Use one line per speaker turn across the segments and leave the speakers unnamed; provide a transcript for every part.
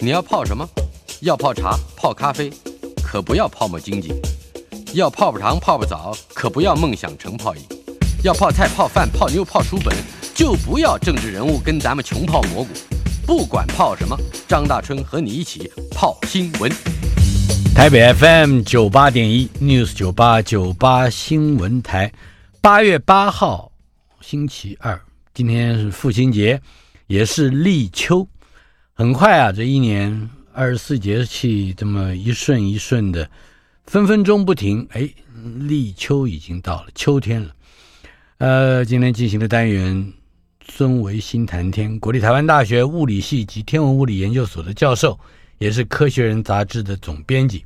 你要泡什么？要泡茶、泡咖啡，可不要泡沫经济；要泡泡糖、泡泡澡，可不要梦想成泡影；要泡菜、泡饭、泡妞、泡书本，就不要政治人物跟咱们穷泡蘑菇。不管泡什么，张大春和你一起泡新闻。
台北 FM 九八点一 News 九八九八新闻台，八月八号星期二，今天是父亲节，也是立秋。很快啊，这一年二十四节气这么一顺一顺的，分分钟不停。哎，立秋已经到了，秋天了。呃，今天进行的单元，孙维新谈天，国立台湾大学物理系及天文物理研究所的教授，也是《科学人》杂志的总编辑。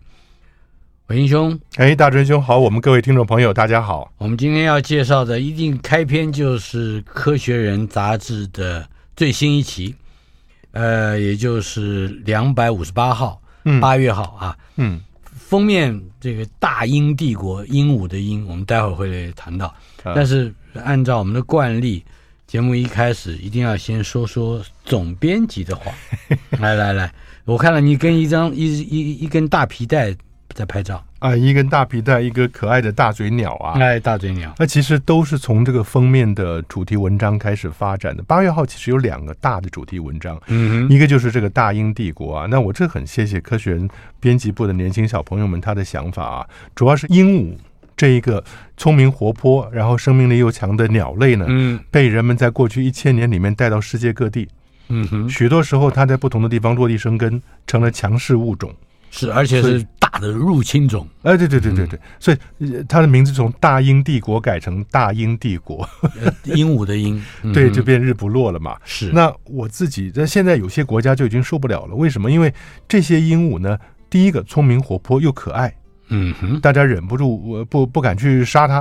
维新兄，
哎，大真兄好，我们各位听众朋友，大家好。
我们今天要介绍的，一定开篇就是《科学人》杂志的最新一期，呃，也就是两百五十八号，
嗯
八月号啊。
嗯，
封面这个大英帝国鹦鹉的鹰，我们待会儿会谈到。
啊
但是按照我们的惯例，节目一开始一定要先说说总编辑的 话。来来来，我看到你跟一张一一一根大皮带在拍照，
啊，一根大皮带，一个可爱的大嘴鸟啊，
哎，大嘴鸟，
那其实都是从这个封面的主题文章开始发展的。八月号其实有两个大的主题文章，
嗯哼，
一个就是这个大英帝国啊，那我这很谢谢科学人编辑部的年轻小朋友们他的想法啊，主要是鹦鹉这一个聪明活泼，然后生命力又强的鸟类呢，
嗯
被人们在过去一千年里面带到世界各地，
嗯哼，
许多时候它在不同的地方落地生根，成了强势物种。
是，而且
所
是
以
大的入侵种，
哎，对对对
嗯
对对，所以呃它的名字从大英帝国改成大英帝国，
呃鹦鹉的鹰，嗯
对，
哼
就变日不落了嘛。
是
那我自己在现在有些国家就已经受不了了，为什么？因为这些鹦鹉呢，第一个聪明活泼又可爱，
嗯哼，
大家忍不住呃不不敢去杀它；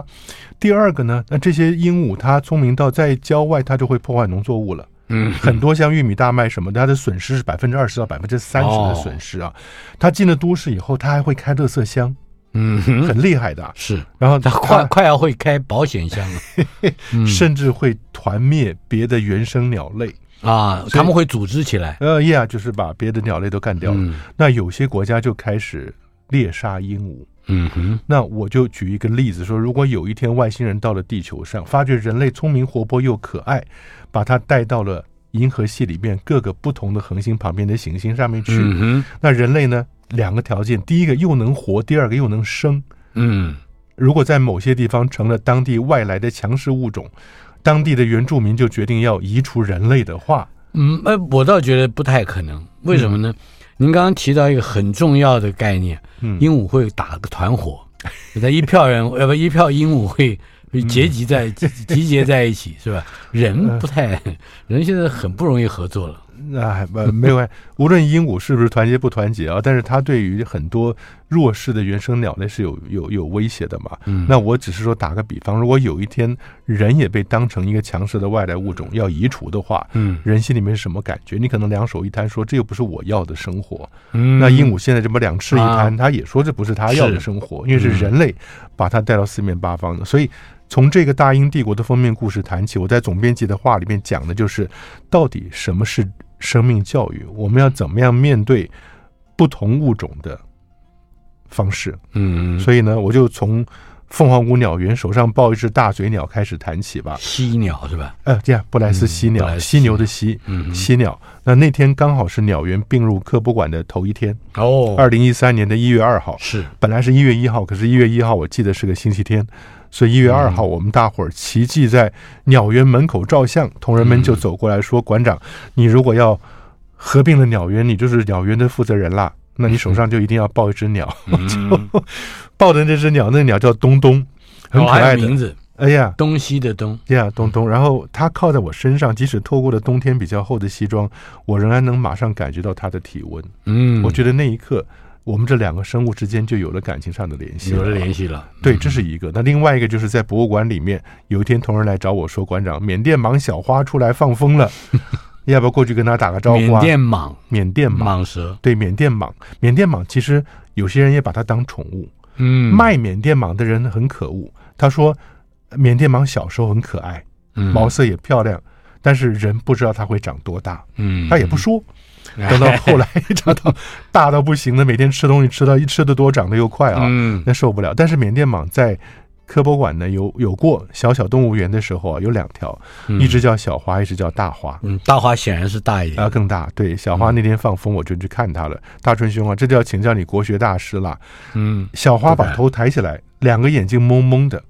第二个呢，那这些鹦鹉它聪明到在郊外它就会破坏农作物了。
嗯哼，
很多像玉米、大麦什么的，它的损失是百分之二十到百分之三十的
哦
损失啊。它进了都市以后，它还会开乐色箱，
嗯哼，
很厉害的啊。
是，
然后
他快
它
快要会开保险箱了，嗯
甚至会团灭别的原生鸟类，
啊，
以
他们会组织起来，
呃，yeah，就是把别的鸟类都干掉了。
嗯
那有些国家就开始猎杀鹦鹉。
嗯哼，
那我就举一个例子说，如果有一天外星人到了地球上，发觉人类聪明、活泼又可爱，把它带到了银河系里面各个不同的恒星旁边的行星上面去，
嗯哼，
那人类呢，两个条件，第一个又能活，第二个又能生。
嗯，
如果在某些地方成了当地外来的强势物种，当地的原住民就决定要移除人类的话，
嗯，呃，我倒觉得不太可能，为什么呢？您刚刚提到一个很重要的概念，
嗯
鹦鹉会打个团伙，那一票人，呃不，一票鹦鹉
嗯
会会结集在集集结在一起，是吧？
嗯
人不太，人现在很不容易合作了，
那还呃没有，无论鹦鹉是不是团结不团结啊，但是它对于很多弱势的原生鸟类是有有有威胁的嘛。
嗯，
那我只是说打个比方，如果有一天人也被当成一个强势的外来物种要移除的话，
嗯
人心里面是什么感觉？你可能两手一摊说，这又不是我要的生活。
嗯，
那鹦鹉现在这么两翅一摊，
啊
它也说这不是它要的
是
生活，因为是人类把它带到四面八方的。所以从这个大英帝国的封面故事谈起，我在总编辑的话里面讲的就是，到底什么是生命教育？我们要怎么样面对不同物种的方式？
嗯，
所以呢，我就从凤凰谷鸟园手上抱一只大嘴鸟开始谈起吧。
犀鸟是吧？
呃，这样，布莱斯
嗯
犀
布
鸟，
莱斯
犀牛的犀，
嗯，
犀鸟。那那天刚好是鸟园并入科博馆的头一天。
哦，
二零一三年的一月二号，
是，
本来是一月一号，可是，一月一号我记得是个星期天，所以一月二
嗯
号我们大伙儿齐聚在鸟园门口照相，同仁们
嗯
就走过来说：“馆长，你如果要合并了鸟园，你就是鸟园的负责人啦。那你手上就一定要抱一只鸟，
嗯，
抱的这只鸟，那鸟叫东东，很
哦
可
还有
爱的。
名字，
哎呀，
东西的东，
呀，东东，然后它靠在我身上，即使透过了冬天比较厚的西装，我仍然能马上感觉到它的体温。
嗯，
我觉得那一刻，我们这两个生物之间就有了感情上的联系，
有了联。系了，
对，这是一个。那另外一个就是在博物馆里面，有一天同仁来找我说：“馆长，缅甸蟒小花出来放 风了，要不要过去跟他打个招呼
缅
啊？”
甸蟒
缅甸蟒，
蟒蛇，
对，缅甸蟒，缅甸蟒，其实有些人也把它当宠物。
嗯，
卖缅甸蟒的人很可恶，他说，缅甸蟒小时候很可爱，
嗯
毛色也漂亮，但是人不知道它会长多大，
嗯，
他也不说。等
哎
到后来长到大到不行了，每天吃东西吃到一吃的多，长得又快啊，
嗯
那受不了。但是缅甸蟒在科博馆呢有有过小小动物园的时候啊，有两条，
嗯
一只叫小花，一只叫大花。
嗯，大花显然是大一点，
啊，更大对小
嗯
花那天放风，我就去看它了。大春兄啊，这就要请教你国学大师啦。
嗯
小花
对
把
吧
头抬起来，两个眼睛蒙蒙的。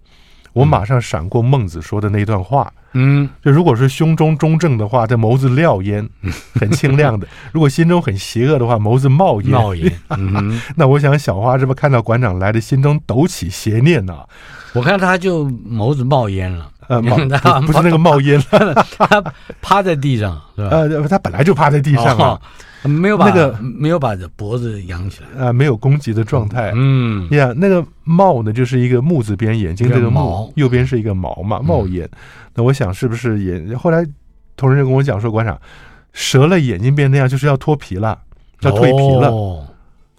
我马上闪过孟子说的那段话，
嗯
就如果是胸中中正的话，这眸子廖烟，很清亮的；如果心中很邪恶的话，眸子冒烟。
冒烟，嗯哼，
那我想小花是不是看到馆长来的，心中抖起邪念呢、
我看他就眸子冒烟了，
呃，冒
那
不不是那个冒烟了，
他趴在地上是吧？
呃，他本来就趴在地上啊
哦，没有把
那个
没有把脖子扬起来，
呃，没有攻击的状态。
嗯
呀那个冒呢，就是一个木字边，眼睛这
一
个
个毛嗯
木，右边是一个毛嘛，冒烟。那我想是不是也？后来同事就跟我讲说，馆长，折了眼睛变那样，就是要脱皮了，要蜕皮了。
哦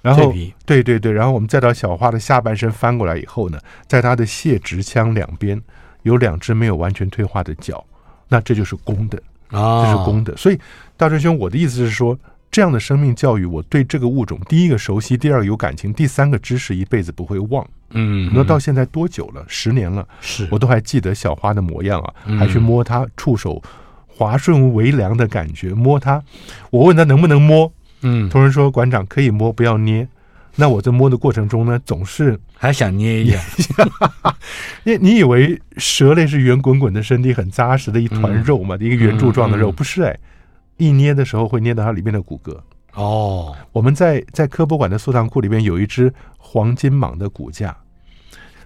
然后
蜕皮
对对对，然后我们再到小花的下半身翻过来以后呢，在它的蟹直腔两边有两只没有完全退化的角，那这就是公的，这
啊，
是公的。所以大春兄，我的意思是说，这样的生命教育，我对这个物种，第一个熟悉，第二个有感情，第三个知识一辈子不会忘。
嗯，
你说到现在多久了？十年了，
是
我都还记得小花的模样啊，
嗯
还去摸它，触手滑顺微凉的感觉，摸它。我问他能不能摸，
嗯，
同事说馆长可以摸，不要捏。那我在摸的过程中呢，总是
还想捏一下，
因为你以为蛇类是圆滚滚的身体，很扎实的一团
嗯
肉嘛，一个圆柱状的肉，
嗯嗯
不是哎，一捏的时候会捏到它里面的骨骼。
哦，
我们在在科博馆的收藏库里边有一只黄金蟒的骨架，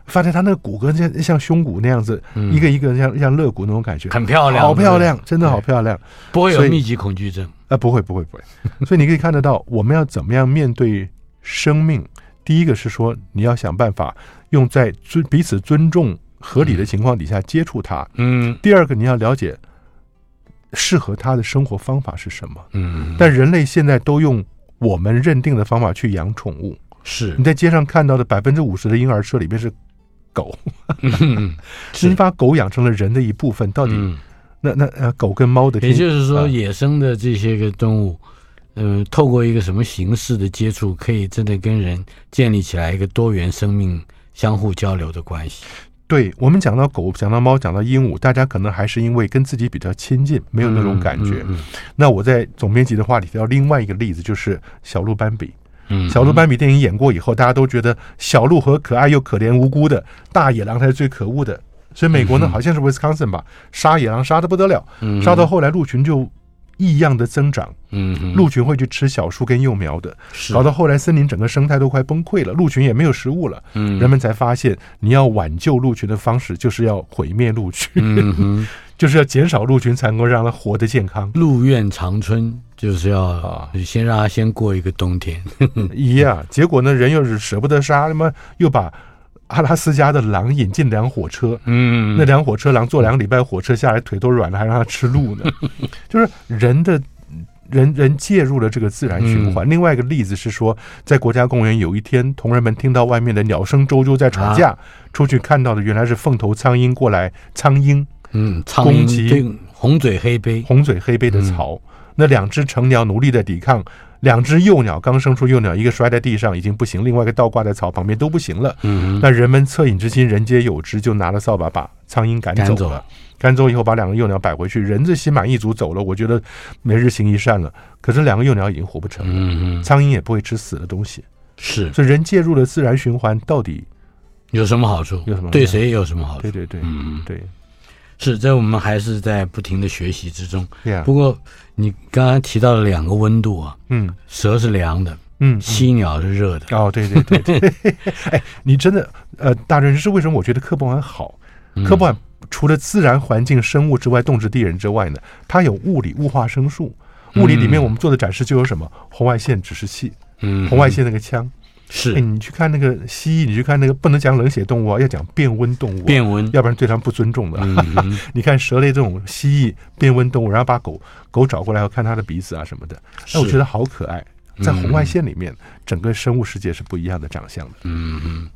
发现它那个骨骼像像胸骨那样子，
嗯
一个一个像像肋骨那种感觉，
很漂亮，
好漂亮
对，
真的好漂亮。
不对，不会有
所以
密集恐惧症，
啊，不会不会不 会，所以你可以看得到，我们要怎么样面对生命。第一个是说，你要想办法用在尊彼此尊重、合理的情况底下接触它。
嗯
第二个，你要了解适合他的生活方法是什么。
嗯，
但人类现在都用我们认定的方法去养宠物。
是
你在街上看到的百分之五十的婴儿车里面是狗，
嗯 是
你把狗养成了人的一部分，到底、
嗯，
那那呃狗跟猫的天，
也就是说，
啊
野生的这些个动物，嗯，透过一个什么形式的接触，可以真的跟人建立起来一个多元生命相互交流的关系。
对我们讲到狗，讲到猫，讲到鹦鹉，大家可能还是因为跟自己比较亲近，没有那种感觉。
嗯
那我在总编辑的话里提到另外一个例子，就是小鹿斑比。
嗯，
小鹿斑比电影演过以后，大家都觉得小鹿和可爱又可怜无辜的大野狼才是最可恶的。所以美国呢，好像是 Wisconsin 吧，杀野狼杀的不得了，
嗯
杀到后来鹿群就异样的增长，
嗯
鹿群会去吃小树跟幼苗的，
是
搞到后来森林整个生态都快崩溃了，鹿群也没有食物了。
嗯
人们才发现，你要挽救鹿群的方式就是要毁灭鹿群，
嗯哼，
就是要减少鹿群，才能够让它活得健康。
鹿苑长春就是要
啊
先让它先过一个冬天。
一呀，结果呢，人又是舍不得杀，那么又把阿拉斯加的狼引进辆火车。
嗯
那辆火车狼坐两个礼拜火车下来腿都软了，还让它吃鹿 呢，就是人的人人介入了这个自然循
嗯
环。另外一个例子是说，在国家公园有一天，同仁们听到外面的鸟声啾啾在吵
啊
架，出去看到的原来是凤头苍蝇过来，苍蝇
嗯，苍
攻
蝇
击
对红嘴黑背，
红嘴黑背
嗯
的巢，那两只成鸟努力的抵抗。两只幼鸟刚生出幼鸟，一个摔在地上已经不行，另外一个倒挂在草旁边都不行了。
嗯哼，
那人们恻隐之心，人皆有之，就拿了扫把把苍蝇赶
赶
走
走
了。赶走以后，把两个幼鸟摆回去，人是心满意足走了。我觉得每日行一善了。可是两个幼鸟已经活不成了，
嗯哼，
苍蝇也不会吃死的东西。
是
所以人介入了自然循环，到底
有什么好处？
有什么
对谁有什么好处
对？对对，
嗯，
对
是这我们还是在不停的学习之中。
呀
不，过你刚刚提到了两个温度啊，
嗯
蛇是凉的，
嗯，
犀鸟是热的。
哦，对对对对， 哎，你真的呃，大人是为什么？我觉得科博馆好，科
嗯
博馆除了自然环境、生物之外，动植地人之外呢，它有物理、物化生术。物理里面我们做的展示就有什么红外线指示器、
嗯，
红外线那个枪。哎，
是
你去看那个蜥蜴，你去看那个不能讲冷血动物啊，要讲变温动物啊、
变温。
要不然对它们不尊重的。
嗯哼，
你看蛇类这种蜥蜴变温动物，然后把狗狗找过来，要看它的鼻子啊什么的，哎，我
是
觉得好可爱。在红外
嗯
线里面，整个生物世界是不一样的长相的。
嗯哼，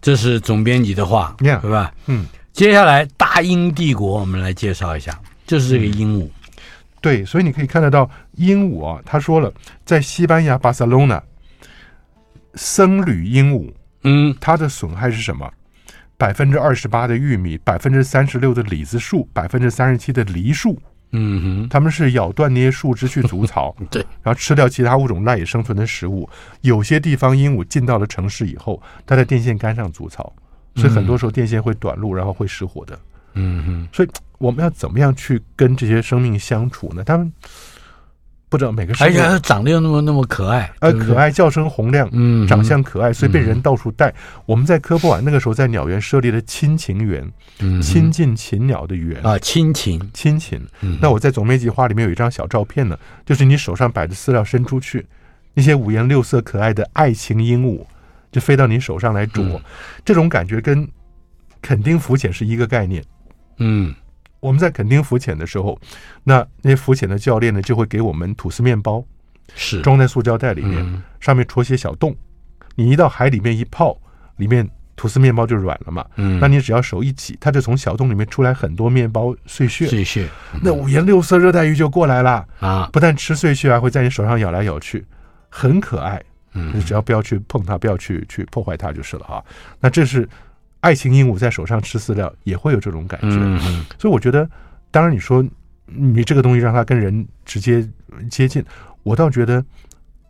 这是总编辑的话，
Yeah
对吧？
嗯，
接下来大英帝国我们来介绍一下，这是这个鹦鹉，
对，所以你可以看得到鹦鹉啊，他说了，在西班牙巴塞罗那，僧侣鹦鹉
嗯，
它的损害是什么？百分之二十八的玉米，百分之三十六的李子树，百分之三十七的梨树，
嗯
它们是咬断那些树枝去 筑巢，
哼，对，
然后吃掉其他物种赖以生存的食物。有些地方鹦鹉进到了城市以后，它在电线杆上筑巢，所以很多时候电线会短路，然后会失火的。
嗯哼，
所以我们要怎么样去跟这些生命相处呢？他们不知道每个生
而且
命，
它哎长得又那么那么可爱，
呃，
对不
可
对，
爱，叫声洪亮，
嗯，
长相可爱，所以被人到处带。我们在科博馆那个时候，在鸟园设立了亲情园，
嗯哼
亲近禽鸟的园。
啊，亲情，
亲情。
嗯
那我在总编辑花里面有一张小照片呢，就是你手上摆的饲料伸出去，那些五颜六色可爱的爱情鹦鹉就飞到你手上来啄，
嗯
这种感觉跟垦丁浮潜是一个概念。
嗯
我们在垦丁浮潜的时候，那那些浮潜的教练呢，就会给我们吐司面包，
是，
装在塑胶袋里面，
嗯
上面戳些小洞。你一到海里面一泡，里面吐司面包就软了嘛。
嗯，
那你只要手一挤，它就从小洞里面出来很多面包碎屑。
碎屑
那五颜六色热带鱼就过来啦，
啊，
不但吃碎屑，还会在你手上咬来咬去，很可爱。你
嗯
只要不要去碰它，不要去去破坏它就是了哈。那这是爱情鹦鹉在手上吃饲料也会有这种感觉，
嗯哼
所以我觉得，当然你说你这个东西让它跟人直接接近，我倒觉得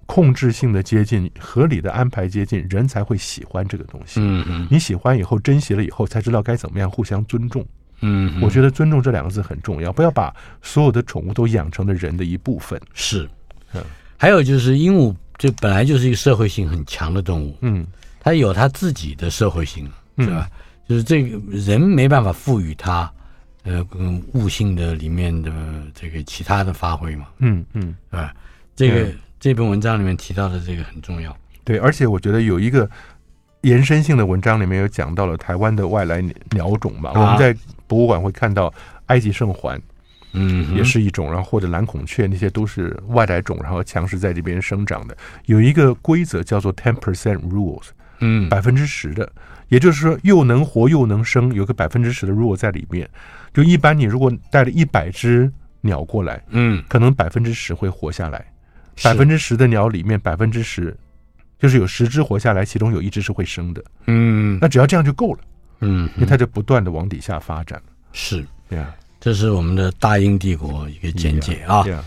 控制性的接近、合理的安排接近，人才会喜欢这个东西。
嗯哼
你喜欢以后，珍惜了以后，才知道该怎么样互相尊重。
嗯哼，
我觉得“尊重”这两个字很重要，不要把所有的宠物都养成了人的一部分。
是
嗯。
还有就是鹦鹉，这本来就是一个社会性很强的动物，
嗯
它有它自己的社会性，是吧？就是这个人没办法赋予它，呃，嗯，悟性的里面的这个其他的发挥嘛，
嗯嗯，
是吧？这个、
嗯
这篇文章里面提到的这个很重要。
对。而且我觉得有一个延伸性的文章里面有讲到了台湾的外来鸟种吧，
啊
我们在博物馆会看到埃及圣环
嗯哼，
也是一种，然后或者蓝孔雀那些都是外来种，然后强势在这边生长的。有一个规则叫做 ten percent rules，
嗯，
百分之十的，也就是说又能活又能生，有个百分之十的 rule 在里面。就一般你如果带了一百只鸟过来。
嗯，
可能百分之十会活下来，
是
百分之十的鸟里面百分之十，就是有十只活下来，其中有一只是会生的。
嗯
那只要这样就够了，
嗯
因为它就不断的往底下发展了。
是，
对呀，
这是我们的大英帝国一个简介啊。
对呀，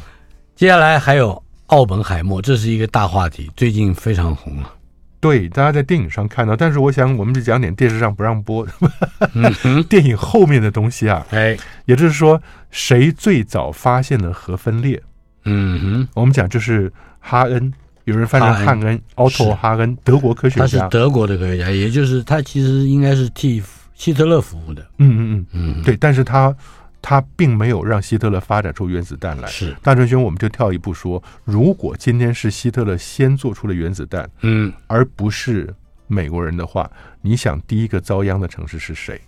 接下来还有奥本海默，这是一个大话题，最近非常红啊。
对，大家在电影上看到，但是我想我们就讲点电视上不让播、
嗯
电影后面的东西啊，
哎，
也就是说，谁最早发现了核分裂？
嗯哼，
我们讲就是哈恩，有人翻
哈
成
恩
汉恩、奥托
是
哈恩，德国科学
他是
家。
德国的科学家，也就是他其实应该是替希特勒服务的。
嗯嗯
嗯，
嗯，，对，但是他他并没有让希特勒发展出原子弹来。
是，
大川兄，我们就跳一步说，如果今天是希特勒先做出了原子弹，
嗯，
而不是美国人的话，你想第一个遭殃的城市是谁？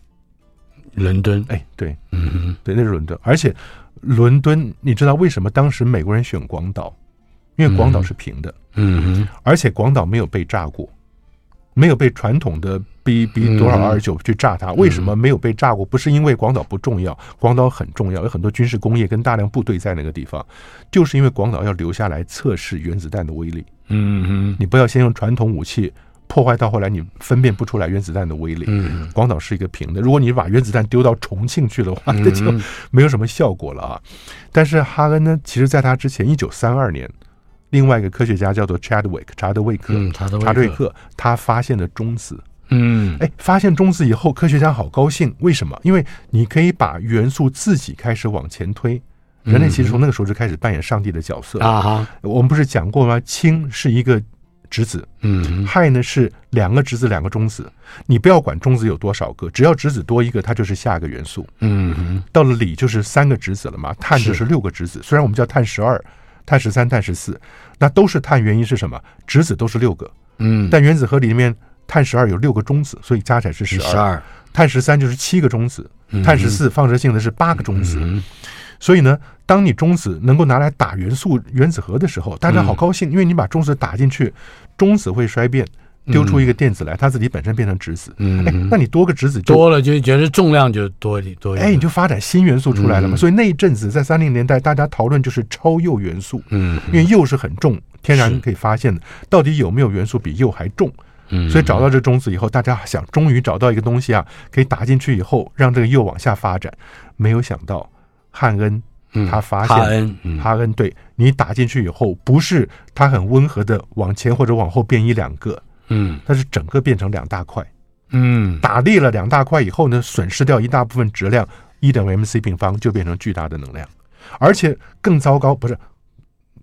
伦敦，
哎，对
嗯哼，
对，那是伦敦。而且伦敦，你知道为什么当时美国人选广岛？因为广岛是平的，
嗯哼，
而且广岛没有被炸过，没有被传统的 B B 多少
嗯
二十九去炸它。为什么没有被炸过？不是因为广岛不重要，广岛很重要，有很多军事工业跟大量部队在那个地方，就是因为广岛要留下来测试原子弹的威力。
嗯哼，
你不要先用传统武器破坏到后来你分辨不出来原子弹的威力。
嗯哼，
广岛是一个平的，如果你把原子弹丢到重庆去的话，
嗯
那 就没有什么效果了啊。但是哈恩呢，其实在他之前，一九三二年，另外一个科学家叫做 Chadwick 查德威克，
嗯，查德
查
瑞
瑞，克他发现了中子。
嗯，
哎，发现中子以后，科学家好高兴，为什么？因为你可以把元素自己开始往前推。人类其实从那个时候就开始扮演上帝的角色。
嗯啊哈，
我们不是讲过吗？氢是一个质子，
嗯哼，
氦呢是两个质子两个中子。你不要管中子有多少个，只要质子多一个，它就是下一个元素。
嗯哼，
到了锂就是三个质子了嘛，碳就是是六个质子。虽然我们叫碳十二、碳十三、碳十四，那都是碳，原因是什么？质子都是六个，
嗯，
但原子核里面碳十二有六个中子，所以加起来是十
十
二。
二，
碳十三就是七个中子，碳十四哎放射性的是八个中子。
嗯
所以呢，当你中子能够拿来
嗯
打元素原子核的时候，大家好高兴，因为你把中子打进去，中子会衰变，丢出一个电子来，它自己本身变成质子。
嗯
哎，那你多个质子就
多了就觉得重量就多一点多一点。
哎，你就发展新元素出来了嘛。
嗯
所以那一阵子在三零年代，大家讨论就是超铀元素，
嗯
因为铀是很重，天
是
然可以发现的。到底有没有元素比铀还重？
嗯，
所以找到这个中子以后，大家想终于找到一个东西啊，可以打进去以后让这个铀往下发展。没有想到汉恩
嗯
他发
哈
现。
恩，嗯
哈恩对你打进去以后，不是它很温和的往前或者往后变一两个，
嗯
它是整个变成两大块。
嗯
打裂了两大块以后呢，损失掉一大部分质量，一等于 mc 平方就变成巨大的能量，而且更糟糕，不是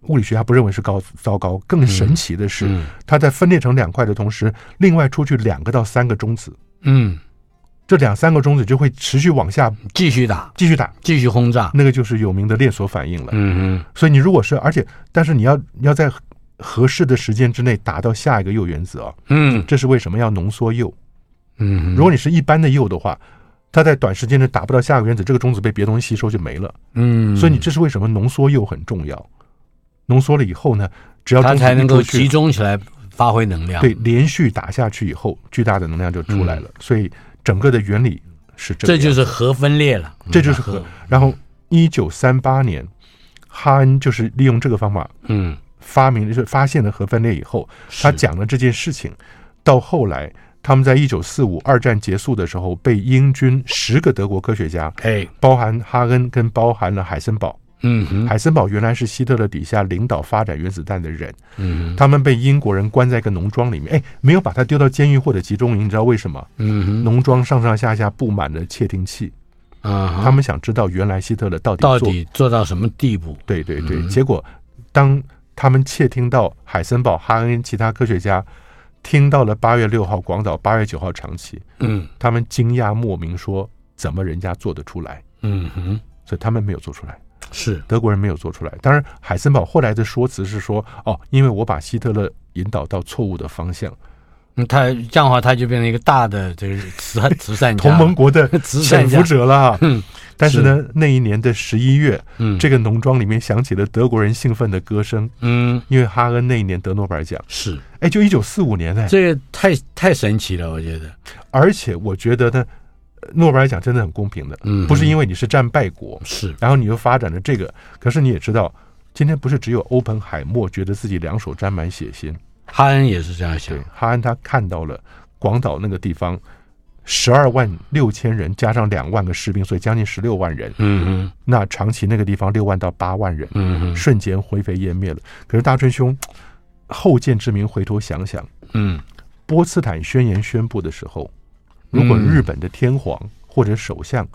物理学家不认为是高糟糕，更神奇的是，
嗯
它在分裂成两块的同时，另外出去两个到三个中子，
嗯，
这两三个中子就会持续往下
继续打，
继续打，
继续轰炸。
那个就是有名的链锁反应了。
嗯
所以你如果是，而且但是你要你要在合适的时间之内达到下一个铀原子啊，
嗯
这是为什么要浓缩铀？
嗯，
如果你是一般的铀的话，它在短时间内达不到下个原子，这个中子被别的东西吸收就没了。
嗯，
所以你这是为什么浓缩铀很重要。浓缩了以后呢，只要
它
中子
才能够
一出去
集中起来发挥能量。
对，连续打下去以后，巨大的能量就出来
嗯
了。所以整个的原理是这个
这
样，
就是核分裂了，
这就是
核
核。然后一九三八年，哈恩就是利用这个方法
嗯，
发明，就是发现了核分裂以后，他
是
讲了这件事情，到后来。他们在一九四五二战结束的时候，被英军十个德国科学家
哎，
包含哈恩跟包含了海森堡。
嗯哼，
海森堡原来是希特勒底下领导发展原子弹的人，
嗯哼
他们被英国人关在一个农庄里面，哎，没有把他丢到监狱或者集中营，你知道为什么？
嗯哼，
农庄上上下下布满了窃听器，
啊哈，
他们想知道原来希特勒到底
到
做
底做到什么地步？
对对对，结果当他们窃听到海森堡、哈恩其他科学家听到了八月六号广岛、八月九号长崎，
嗯
他们惊讶莫名说：怎么人家做得出来？
嗯哼，
所以他们没有做出来。
是
德国人没有做出来。当然，海森堡后来的说辞是说，哦，因为我把希特勒引导到错误的方向，
那
嗯
他这样的话，他就变成一个大的这个慈善慈善家
同盟 国的
慈善
潜
家
伏。者了
嗯。
但是呢，那一年的十一月，
嗯，
这个农庄里面响起了德国人兴奋的歌声，
嗯
因为哈恩那一年得诺贝尔奖，
是
哎，就一九四五年呢。
这个太太神奇了，我觉得。
而且我觉得呢，呃诺贝尔奖真的很公平的，
嗯，
不是因为你是战败国，
是
然后你又发展了这个，可是你也知道。今天不是只有欧本海默觉得自己两手沾满血腥，
哈恩也是这样想
对。，哈恩他看到了广岛那个地方十二万六千人，加上两万个士兵，所以将近十六万人。
嗯
那长崎那个地方六万到八万人
哼，，嗯哼，
瞬间灰飞烟灭了。可是大春兄后见之明，回头想想，
嗯
波茨坦宣言宣布的时候，如果
嗯
日本的天皇或者首相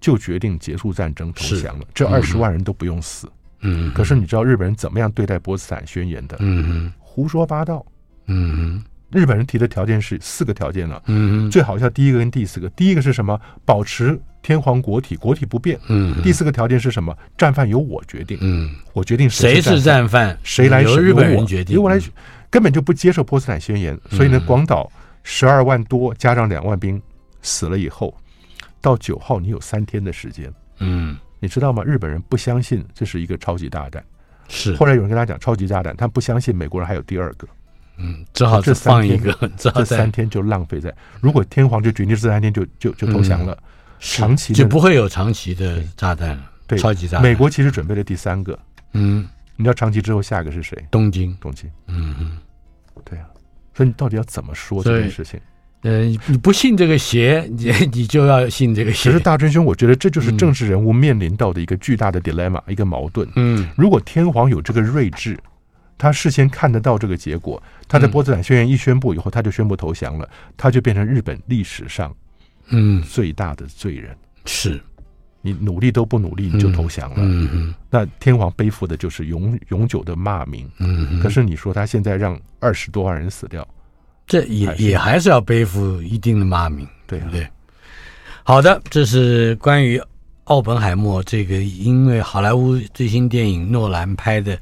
就决定结束战争投
是
降了，这二十万人都不用死。
嗯，
可是你知道日本人怎么样对待波茨坦宣言的？
嗯哼
胡说八道。
嗯哼
日本人提的条件是四个条件呢、
嗯哼
最好笑第一个跟第四个，第一个是什么？保持天皇国体，国体不变。
嗯哼
第四个条件是什么？战犯由我决定，
嗯，
我决定
谁
是
是
犯，
战犯？
谁来
由
审
日本
由我
人决定。嗯
由我来选，根本就不接受波茨坦宣言。所以呢，广岛十二万多加上两万兵死了以后，到九号你有三天的时间，
嗯，
你知道吗？日本人不相信这是一个超级大战。
是
后，来有人跟他讲超级大战，他们不相信美国人还有第二个，
嗯，只好
这
再
三
放一
天
个， 只好
这
再
三天就浪费在。如果天皇就决定这三天就就就投降
嗯
了，
是
长期
就
的
不会有长期的炸弹了，
对
超级炸弹。
美，国其实准备了第三个，
嗯，
你知道长崎之后下一个是谁？
东京，
东京。
嗯嗯，
对啊，所以你到底要怎么说这件事情？
呃，你不信这个邪，你 你就要信这个
其
邪
实。大真兄，我觉得这
嗯
就是政治人物面临到的一个巨大的 dilemma，、一个矛盾。
嗯
如果天皇有这个睿智，他事先看得到这个结果，他在
嗯
波茨坦宣言一宣布以后，他就宣布投降了，他就变成日本历史上
嗯，
最大的罪人。
是，
你努力都不努力，你就投降了。
嗯嗯
那天皇背负的就是永永久的骂名。
嗯哼，
可是你说他现在让二十多万人死掉，
这也
还是
也还是要背负一定的骂名。
对
对
啊
不，对？好的，这是关于奥本海默这个，因为好莱坞最新电影诺兰拍的，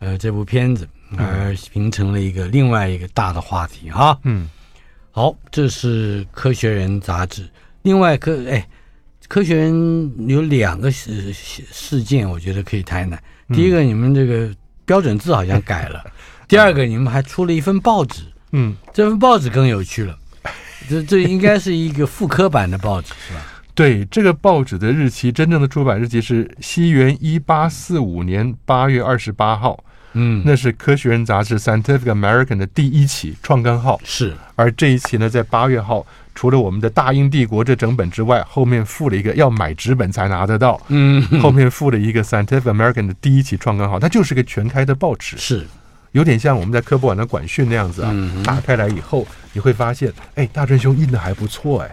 呃，这部片子而形成了一个另外一个大的话题哈。
嗯，
好，这是《科学人》杂志，另外科哎，《科学人》有两个事事事件，我觉得可以谈一谈。第一个，你们这个标准字好像改了；第二个，你们还出了一份报纸，
嗯，
这份报纸更有趣了，这这应该是一个复刻版的报纸是吧？
对，这个报纸的日期，真正的出版日期是西元一八四五年八月二十八号，
嗯，
那是《科学人》杂志《Scientific American》的第一期创刊号。
是
而这一期呢，在八月号，除了我们的《大英帝国》这整本之外，后面附了一个要买纸本才拿得到，
嗯
后面附了一个《Scientific American》的第一期创刊号，它就是个全开的报纸，
是，
有点像我们在科博馆的馆训那样子啊。
嗯
打开来以后，你会发现，哎，大正兄印的还不错，哎。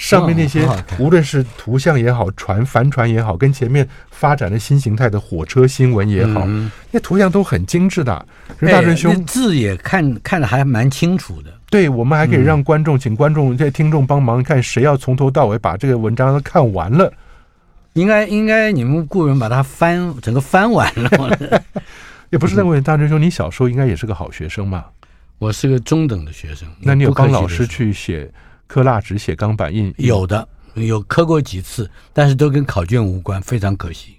上面那些
嗯很好，看
无论是图像也好，船、帆船也好，跟前面发展的新形态的火车新闻也好，
嗯
那图像都很精致的。可是大正兄
哎那字也看看的还蛮清楚的，
对，我们还可以让观众，请观众、这些听众帮忙看，谁要从头到尾把这个文章都看完了。
应该应该你们雇人把它翻整个翻完了。
也不是那个问题，大师兄，你小时候应该也是个好学生嘛？
我是个中等的学生，
那你有
嗯不客
帮
气地
老师
说
去写科蜡纸、写钢板印？
有的有磕过几次，但是都跟考卷无关，非常可惜。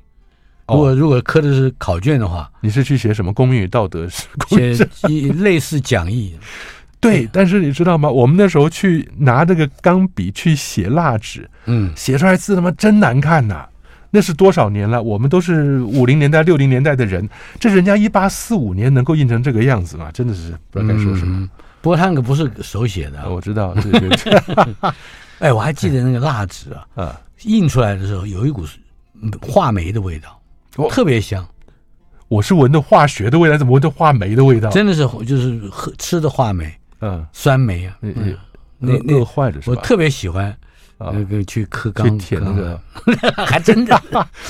哦
如果、如果磕的是考卷的话，
你是去写什么公民与道德？ 是公
写一类似讲义，哎
对，但是你知道吗？我们那时候去拿这个钢笔去写蜡纸，
嗯，
写出来字他妈真难看呐、那是多少年了？我们都是五零年代、六零年代的人，这人家一八四五年能够印成这个样子吗？真的是不知道该说什么。
嗯。不过他那个不是手写的啊，
我知道，对对对，
哎，我还记得那个蜡纸啊，
啊。
印出来的时候有一股嗯话梅的味道
哦，
特别香，
我是闻到化学的味道，怎么闻到话梅的味道？
真的是就是喝吃的话梅，
嗯，
酸梅啊，
嗯
嗯那
饿
那
饿坏了是
我
吧？
特呃别喜欢
啊
那个去磕
去
钢
舔那
啊
个，
钢 还真的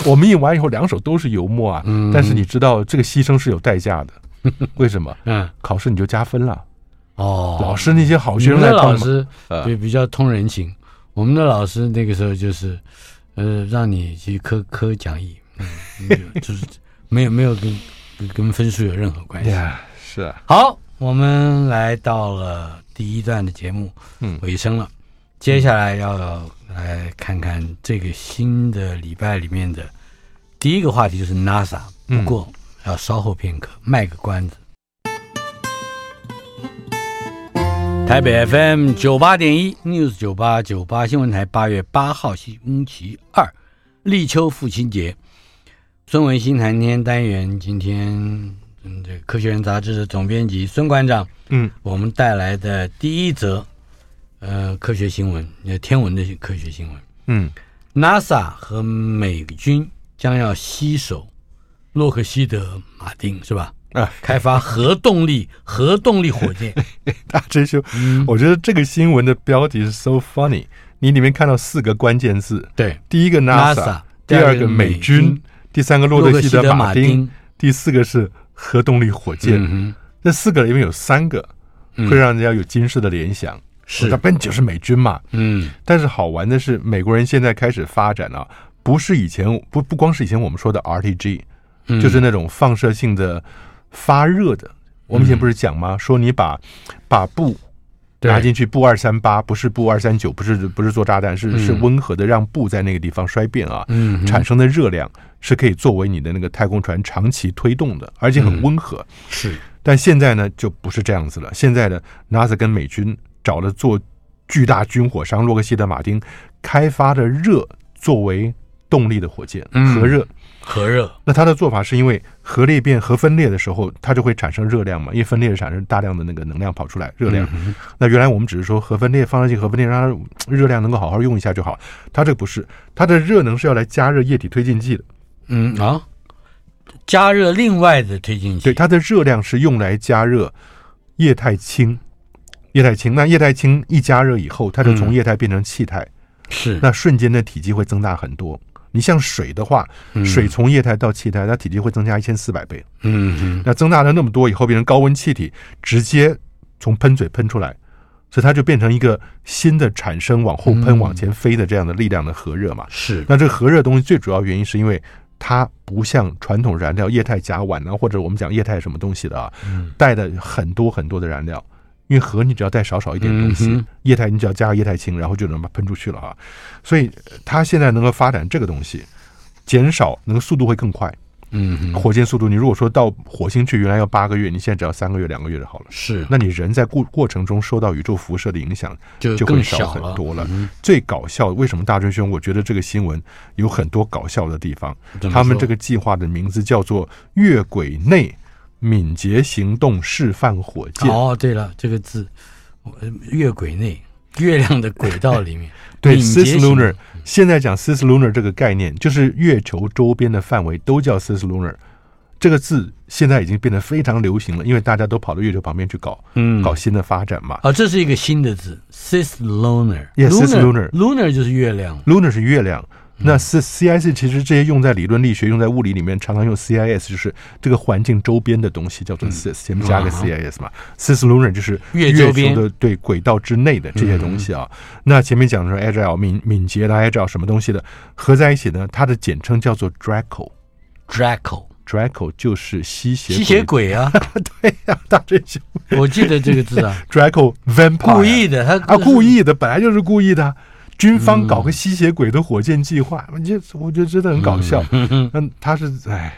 我们印完以后两手都是油墨啊，
嗯
但是你知道这个牺牲是有代 价的，为什么？
嗯
考试你就加分了，
哦，
老师那些好
我
学生来
的老
帮忙，
师
呃
比比较通人情，我们的老师那个时候就是，呃，让你去磕磕讲义，嗯，没有就是没有没有跟跟跟分数有任何关系。
哎呀，是啊，
好，我们来到了第一段的节目
嗯
尾声了，接下来要来看看这个新的礼拜里面的第一个话题就是 NASA，不
嗯
过要稍后片刻，卖个关子。台北 FM 九八点一 News 九八九八新闻台，八月八号星期二，立秋父亲节，孙文新谈天单元，今天嗯，这个《科学人》杂志的总编辑孙馆长，
嗯，
我们带来的第一则，呃，科学新闻，也天文的科学新闻
嗯，
，NASA 和美军将要携手洛克希德马丁是吧？
啊，
开发核动力核动力火 箭，
大真兄，
嗯
我觉得这个新闻的标题是 so funny，你里面看到四个关键字，
对
第一个 NASA，第二个美军，第三个洛
洛
克
克
希
希德
马丁，
丁，
第四个是核动力火箭，
嗯哼，嗯
这四个里面有三个会让人家有今世的联想，它
是，
本就是美军嘛。
嗯
但是好玩的是，美国人现在开始发展啊，不是以前不不光是以前我们说的 RTG，
嗯，
就是那种放射性的发热的。我们以前不是讲吗？说你把把布
嗯对
拿进去，布二三八不是布二三九，不是不是做炸弹，是是
嗯
温和的让布在那个地方衰变啊。
嗯
产生的热量是可以作为你的那个太空船长期推动的，而且很温和。
是，
但现在呢，就不是这样子了。现在呢，NASA 跟美军找了做巨大军火商洛克希德马丁开发的热作为动力的火箭，
嗯
核热。
核热，
那它的做法是因为核裂变、核分裂的时候，它就会产生热量嘛，因为分裂产生大量的那个能量跑出来，热量。
嗯
那原来我们只是说核分裂、放射性核分裂，让它热量能够好好用一下就好。它这个不是，它的热能是要来加热液体推进剂的，
嗯啊，加热另外的推进器，
对，它的热量是用来加热液态氢。液态氢，那液态氢一加热以后，它就从
嗯
液态变成气态，
是
那瞬间的体积会增大很多。你像水的话，
嗯
水从液态到气态，它体积会增加一千四百倍。
嗯
那增大了那么多以后，变成高温气体，直接从喷嘴喷出来，所以它就变成一个新的产生往后喷、
嗯
往前飞的这样的力量的核热嘛。
是
那这个核热东西最主要原因是因为它不像传统燃料液态甲烷啊，或者我们讲液态什么东西的啊，
嗯
带的很多很多的燃料。因为核你只要带少少一点东西，
嗯哼
液态你只要加个液态氢，然后就能把它喷出去了啊。所以呃它现在能够发展这个东西，减少那个速度会更快。
嗯哼，
火箭速度，你如果说到火星去，原来要八个月，你现在只要三个月、两个月就好了。
是，
那你人在过过程中受到宇宙辐射的影响
就
就
更
会
小
少很多了。
嗯
最搞笑，为什么大真兄？我觉得这个新闻有很多搞笑的地方。
怎么
他们
说
这个计划的名字叫做“越轨内敏捷行动示范火箭”。
哦，对了，这个字，我月轨内， 月亮的轨道里面，
对
敏捷型
cislunar，现在讲 cislunar 这个概念，就是月球周边的范围都叫 cislunar。这个字现在已经变得非常流行了，因为大家都跑到月球旁边去搞
嗯，
搞新的发展嘛。
哦，这是一个新的字，cislunar。
Yeah,
lunar
cislunar
lunar 就是月亮。
Lunar 是月亮，
嗯
那 C C I S 其实这些用在理论力学、用在物理里面，常常用 C I S 就是这个环境周边的东西叫做 cis，、前面加个
啊
C I S 嘛。cis lunar 就是
月周
球
边嗯
的对轨道之内的这些东西啊。那前面讲的是 agile 敏敏捷的 agile 什么东西的合在一起呢？它的简称叫做 Draco。
Draco，
Draco 就是吸血
吸血鬼啊！
鬼呀， 大真兄。
我记得这个字 啊，
Draco vampire
故意的，他
啊，故意的，本来就是故意的。军方搞个吸血鬼的火箭计划，
嗯
这我觉得真的很搞笑。 嗯，他是哎，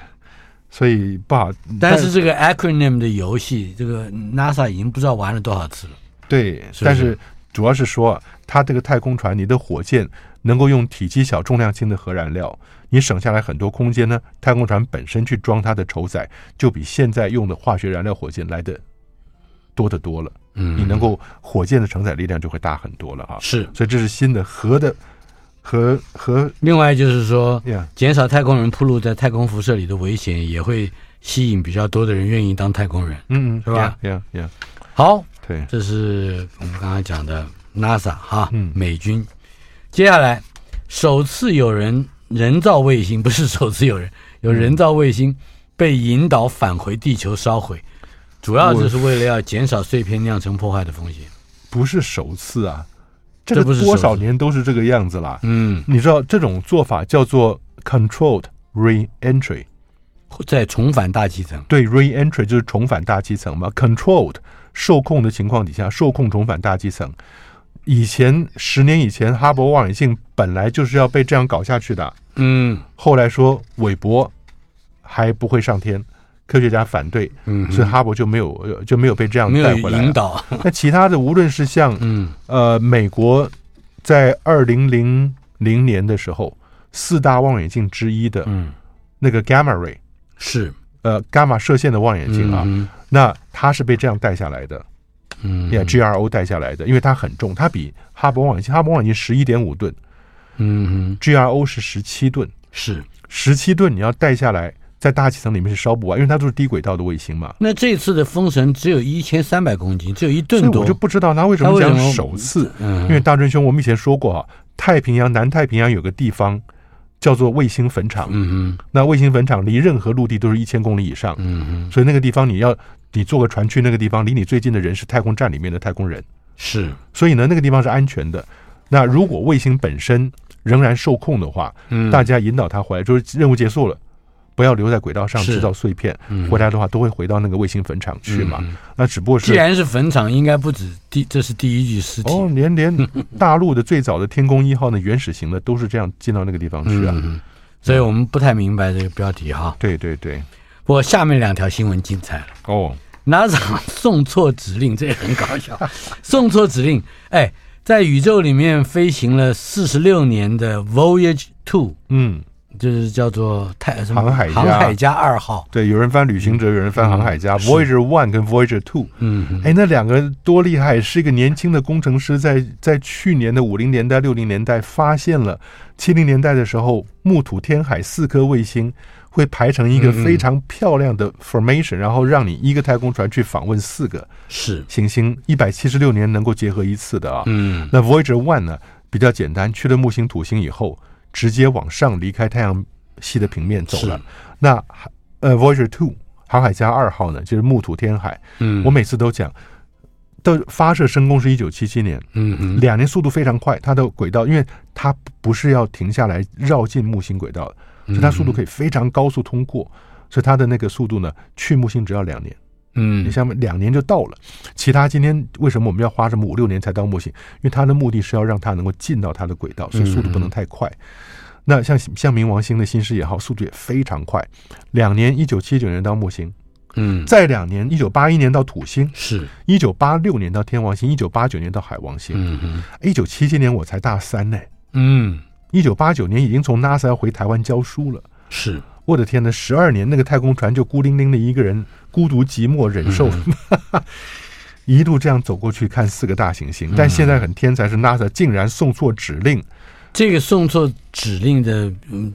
所以不好。
但是这个 acronym 的游戏，这个 NASA 已经不知道玩了多少次了。
对，
是
但
是
是主要是说，它这个太空船，你的火箭能够用体积小、重量轻的核燃料，你省下来很多空间呢。太空船本身去装它的筹载，就比现在用的化学燃料火箭来的多得多了。
嗯，
你能够火箭的承载力量就会大很多了哈。
是。
所以这是新的核的核核
另外就是说，
呀。
减少太空人铺路在太空辐射里的危险，也会吸引比较多的人愿意当太空人。
嗯，嗯
是吧？
呀呀，
好，
对，
这是我们刚刚讲的 NASA 哈，
嗯
美军。接下来，首次有人人造卫星，不是首次有人有人造卫星被引导返回地球烧毁，主要就是为了要减少碎片酿成破坏的风险。
不是首次啊，这
这不
个
是
多
首
少
次
年都是这个样子啦。
嗯，
你知道这种做法叫做 controlled re-entry，
再重返大气层。
对 re-entry 就是重返大气层嘛，controlled 受控的情况底下，受控重返大气层。以前十年以前，哈勃望远镜本来就是要被这样搞下去的，
嗯
后来说韦伯还不会上天，科学家反对，
嗯哼，
所以哈勃就没有呃就没有被这样
没
带
有
回来
引
啊。
导。
那其他的，无论是像
嗯
呃，美国在二零零零年的时候，四大望远镜之一的
嗯，
那个 gamma ray，
是
呃，伽马射线的望远镜啊，
嗯
那它是被这样带下来的，
哼嗯
也、GRO 带下来的，因为它很重，它比哈勃望远镜，哈勃望远镜十一点五吨
嗯
，GRO 是十七吨，
哼，是。
十七吨你要带下来，在大气层里面是烧不完，因为它都是低轨道的卫星嘛。
那这次的封神只有一千三百公斤，只有一
所以
吨多。
我就不知道它为什么
它为
讲
什么
首次，
嗯，
因为大真兄，我们以前说过啊，太平洋南太平洋有个地方叫做卫星坟场，
嗯哼
那卫星坟场离任何陆地都是一千公里以上，
嗯哼，
所以那个地方你要你坐个船去那个地方，离你最近的人是太空站里面的太空人，
是
所以呢，那个地方是安全的。那如果卫星本身仍然受控的话，
嗯
大家引导它回来，就是任务结束了，不要留在轨道上
是
制造碎片，
嗯
回来的话都会回到那个卫星坟场去嘛。
嗯
那只不过是
既然是坟场，应该不止第，这是第一具尸体。
哦，连连大陆的最早的天宫一号呢，原始型的都是这样进到那个地方去啊。
嗯，所以我们不太明白这个标题哈。
对对对，
不过下面两条新闻精彩了
哦，
，NASA 送错指令，这也很搞 笑。送错指令，哎，在宇宙里面飞行了四十六年的 Voyage Two，
嗯，
就是叫做太什么
航海家
航海家二号。
对，有人翻旅行者，有人翻航海家、v o y a g e r One 跟 Voyager Two。
嗯，
哎，那两个多厉害！是一个年轻的工程师在，在去年的五零年代、六零年代发现了七零年代的时候，木土天海四颗卫星会排成一个
嗯嗯
非常漂亮的 formation，、然后让你一个太空船去访问四个
是，
行星，一百七十六年能够结合一次的啊。
嗯
那 Voyager One 呢比较简单，去了木星、土星以后，直接往上离开太阳系的平面走了。那呃，Voyager Two 航海家二号呢，就是木土天海，
嗯，
我每次都讲，到发射升空是一九七七年，
嗯嗯
两年速度非常快，它的轨道因为它不是要停下来绕进木星轨道，所以它
嗯
速度可以非常高速通过。所以它的那个速度呢，去木星只要两年，
嗯
你想想两年就到了。其他今天为什么我们要花这
嗯
么五六年才到木星？因为它的目的是要让它能够进到它的轨道，所以速度不能太快。那像像冥王星的新式也好，速度也非常快，两年一九七九年到木星，
嗯，
再两年一九八一年到土星，
是，
一九八六年到天王星，一九八九年到海王星，哎
嗯哼
一九七七年我才大三呢、
嗯，
一九八九年已经从 NASA 要回台湾教书了。
是，
我的天呐，十二年那个太空船就孤零零的一个人，孤独寂寞忍受， 一路这样走过去看四个大行星。但现在很天才是 NASA 竟然送错指令，
这个送错指令的，嗯，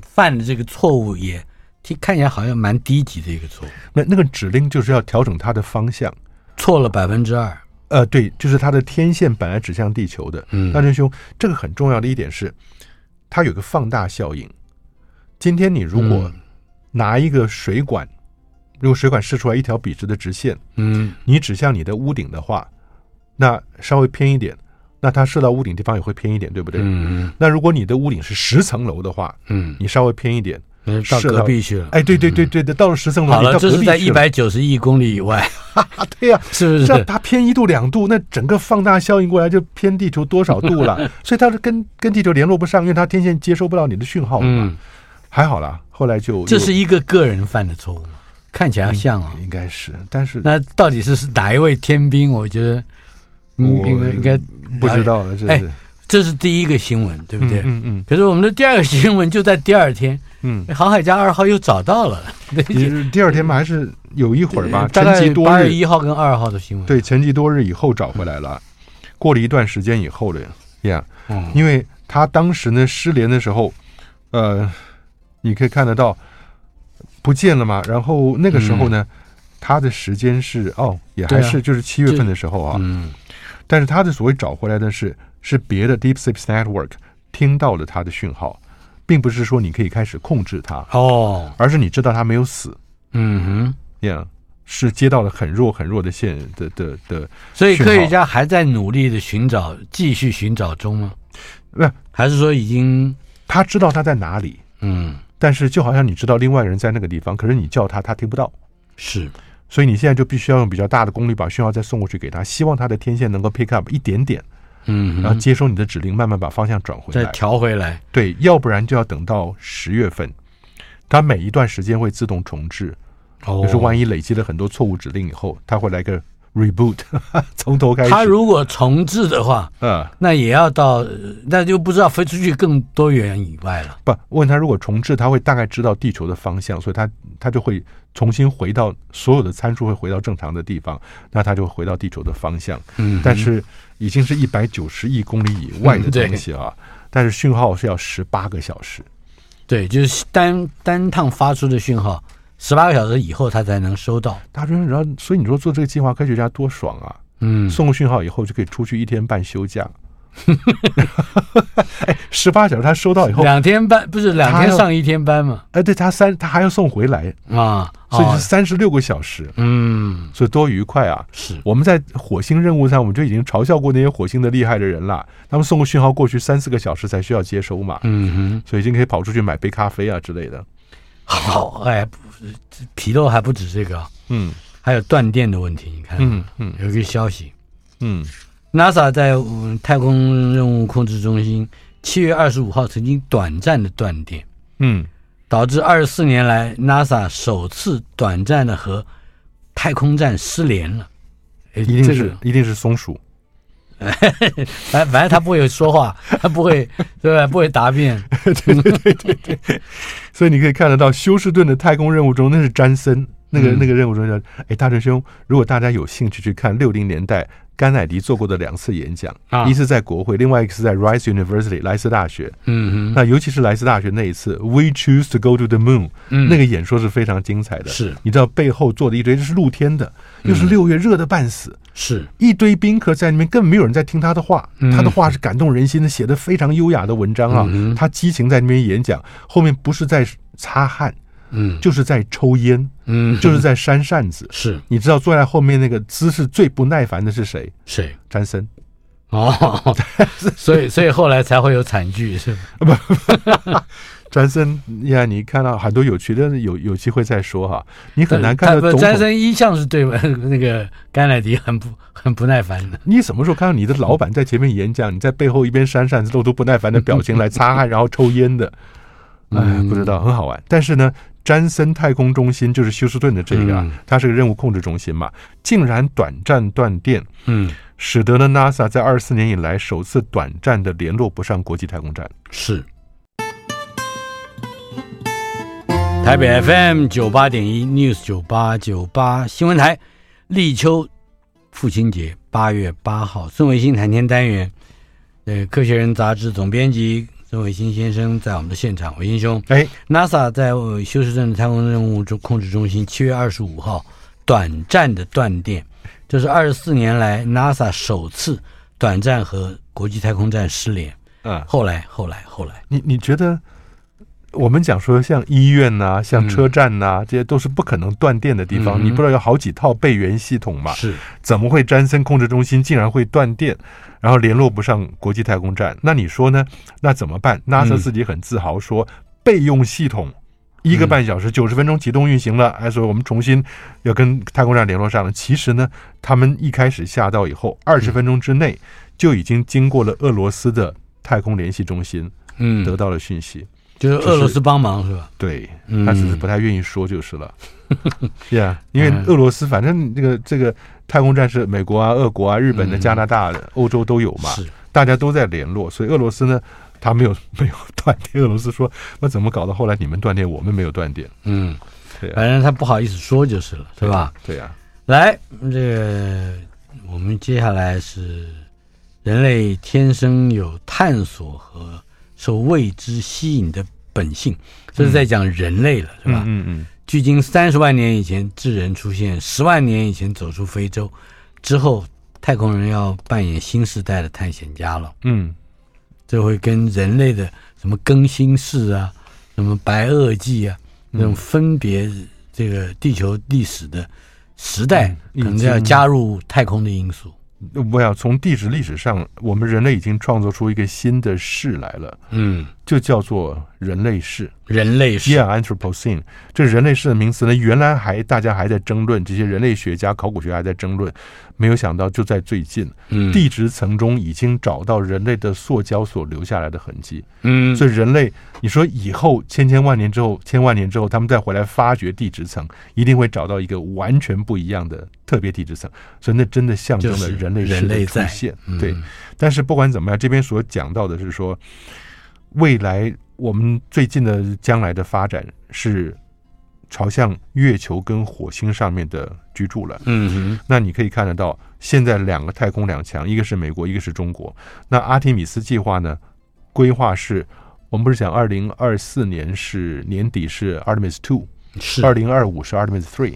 犯的这个错误也，听看起来好像蛮低级的一个错误，
那那个指令就是要调整它的方向。
错了百分之二，
呃，对，就是它的天线本来指向地球的。
嗯
大真兄，这个很重要的一点是，它有个放大效应。今天你如果
嗯
拿一个水管，如果水管试出来一条笔直的直线，
嗯
你指向你的屋顶的话，那稍微偏一点，那它射到屋顶地方也会偏一点，对不对？
嗯
那如果你的屋顶是十层楼的话，
嗯，
你稍微偏一点，
嗯到
是的
隔壁去了。
哎，对对对对的，到了十层楼，
好
你
了，
到
这
隔
是
壁
在
去
一
了
百九十亿公里以外，
啊，对呀、
是不
这样
是？
它偏一度两度，那整个放大效应过来就偏地球多 少度了？所以它是跟跟地球联络不上，因为它天线接收不到你的讯号嘛。
嗯，
还好啦，后来就
这是一个个人犯的错误吗？看起来像啊。
应该是，但是
那到底是是哪一位天兵？我觉得，嗯，
我
应该应该
不知道了，这
哎
是
这是第一个新闻，对不对？
嗯嗯
可是我们的第二个新闻就在第二天，哎
嗯嗯，
航海家二号又找到了，
也是第二天吧，还是有一会儿吧，
嗯大
沉
概
寂多
八月
日，
一号跟二号的新闻。，
对，沉寂多日以后找回来了，过了一段时间以后的呀
嗯
因为他当时呢失联的时候，呃，你可以看得到不见了嘛。然后那个时候呢，他的时间是哦，也还
嗯对啊
是就是七月份的时候啊，
嗯，
但是他的所谓找回来的是是别的 Deep Space Network 听到了他的讯号，并不是说你可以开始控制它，
哦，
而是你知道他没有死
嗯
呀。是接到了很弱很弱的线的的的，
哼，所以
讯
科
号
学家还在努力的寻找，继续寻找中吗？
不、是
还是说已经
他知道他在哪里，
嗯
但是就好像你知道另外一个人在那个地方，可是你叫他，他听不到。
是
所以你现在就必须要用比较大的功率把讯号再送过去给他，希望他的天线能够 pick up 一点点，
嗯，
然后接收你的指令，慢慢把方向转回
再
来。
调回来？
对，要不然就要等到十月份，它每一段时间会自动重置，
哦
就是万一累积了很多错误指令以后，它会来个 reboot，从 头开始。
他如果重置的话，
呃
那也要到，呃那就不知道飞出去更多远以外了。
不问他如果重置，他会大概知道地球的方向，所以他他就会重新回到所有的参数会回到正常的地方，那他就回到地球的方向。
嗯
但是已经是一百九十亿公里以外的东西啊。但是讯号是要十八个小时，
对，就是单单趟发出的讯号，十八个小时以后他才能收到。
大专然后所以你说做这个计划，科学家多爽啊！
嗯，
送个讯号以后就可以出去一天半休 假。哎，十八小时他收到以后，
两天班不是啊两
他
天
要
上一天班嘛？
哎，对他三他还要送回来，
啊，
所以
哦
是三十六个小时，
嗯
所以多愉快啊！
是
我们在火星任务上，我们就已经嘲笑过那些火星的厉害的人了，他们送个讯号过去三四个小时才需要接收嘛，
嗯哼，
所以已经可以跑出去买杯咖啡啊之类的。
好哎，不皮肉还不止这个啊，
嗯
还有断电的问题。你看，
嗯嗯
有一个消息
嗯。
，NASA 在、嗯太空任务控制中心七月二十五号曾经短暂的断电。
嗯
导致二十四年来 NASA 首次短暂的和太空站失联了。哎，
一定
这
是、
个
一定是松鼠。
反反正他不会说话， 他不会对吧？不会答辩。
所以你可以看得到，休斯顿的太空任务中，那是詹森那个、
嗯
那个任务中叫哎，大成兄，如果大家有兴趣去看六零年代甘乃迪做过的两次演讲，
啊
一次在国会，另外一个是在 Rice University 莱斯大学。
嗯哼，
那尤其是莱斯大学那一次，We choose to go to the moon，、
嗯
那个演说是非常精彩的。
是嗯
你知道背后坐的一堆这是露天的，又是六月热的半死，
是
一堆宾客在那边，根本没有人在听他的话。
嗯
他的话是感动人心的，写的非常优雅的文章啊。
嗯哼
他激情在那边演讲，后面不是在擦汗，
嗯
就是在抽烟，
嗯
就是在扇扇子。
是
你知道坐在后面那个姿势最不耐烦的是谁？
谁
詹森。
哦 哦，所以所以后来才会有惨剧是吧？
詹森、亚尼看到很多有趣，但是有有机会再说哈。你很难看
他
到
不
总
詹
统，
森一向是对呃那个甘乃迪很不很不耐烦的，
你什么时候看到你的老板在前面演讲，你在背后一边扇扇子，露出不耐烦的表情来擦汗，然后抽烟 的？哎，
嗯
不知道，很好玩。但是呢，詹森太空中心就是休斯顿的这个啊
嗯，
它是个任务控制中心嘛，竟然短暂断电，
嗯，
使得呢 NASA 在二十四年以来首次短暂的联络不上国际太空站。
是。台北 FM 九八点一 News 九八九八新闻台，立秋父亲节八月八号，孙维新谈天单元，呃，《科学人》杂志总编辑孙维新先生在我们的现场，维新兄
哎，
，NASA 在呃休斯顿的太空任务中控制中心七月二十五号短暂的断电，这是二十四年来 NASA 首次短暂和国际太空站失联。
嗯，
后来，后来，后来，
你你觉得我们讲说像医院呐、像车站呐、这些都是不可能断电的地方，
嗯
你不知道有好几套备援系统嘛？
是
怎么会詹森控制中心竟然会断电，然后联络不上国际太空站？那你说呢？那怎么办？NASA 自己很自豪说，备用系统一个半小时、九十分钟启动运行了，哎，所以我们重新要跟太空站联络上了。其实呢，他们一开始下到以后，二十分钟之内就已经经过了俄罗斯的太空联系中心，
嗯，
得到了讯息。
就是俄罗斯帮忙是吧？
对，
嗯
他只是不太愿意说就 是了。yeah，因 为
嗯
俄罗斯反正这个这个太空战是美国啊、俄国啊、日本的、
嗯
加拿大的、欧洲都有嘛，
是，
大家都在联络，所以俄罗斯呢，他没有 没有断电。俄罗斯说，那怎么搞到后来你们断电，我们没有断电？
嗯，
对啊
反正他不好意思说就是了，对吧？？
对啊呀、
来，这个我们接下来是人类天生有探索和受未知吸引的本性，这是在讲人类了，是吧？
嗯嗯
距今三十万年以前，智人出现；十万年以前走出非洲，之后太空人要扮演新时代的探险家了。
嗯
这会跟人类的什么更新世啊、什么白垩纪啊
嗯
那种分别这个地球历史的时代，可
嗯
能
已
都
经
要加入太空的因素。
嗯，我要从地质历史上，我们人类已经创作出一个新的世来了，
嗯，
就叫做人类世。
人类是
Yeah, Anthropocene，这人类世的名词呢，原来还大家还在争论，这些人类学家、考古学家还在争论，没有想到就在最近，
嗯
地质层中已经找到人类的塑胶所留下来的痕迹。
嗯
所以人类，你说以后千千万年之后，千万年之后，他们再回来发掘地质层，一定会找到一个完全不一样的特别地质层。所以那真的象征
就
了
是
人类世
人类
的出
在
现
嗯。
对，但是不管怎么样，这边所讲到的是说，未来我们最近的将来的发展是朝向月球跟火星上面的居住了。
嗯哼
那你可以看得到，现在两个太空两强，一个是美国，一个是中国。那阿提米斯计划呢，规划是我们不是讲二零二四年是年底是 Artemis Two，
是
二零二五是 Artemis Three，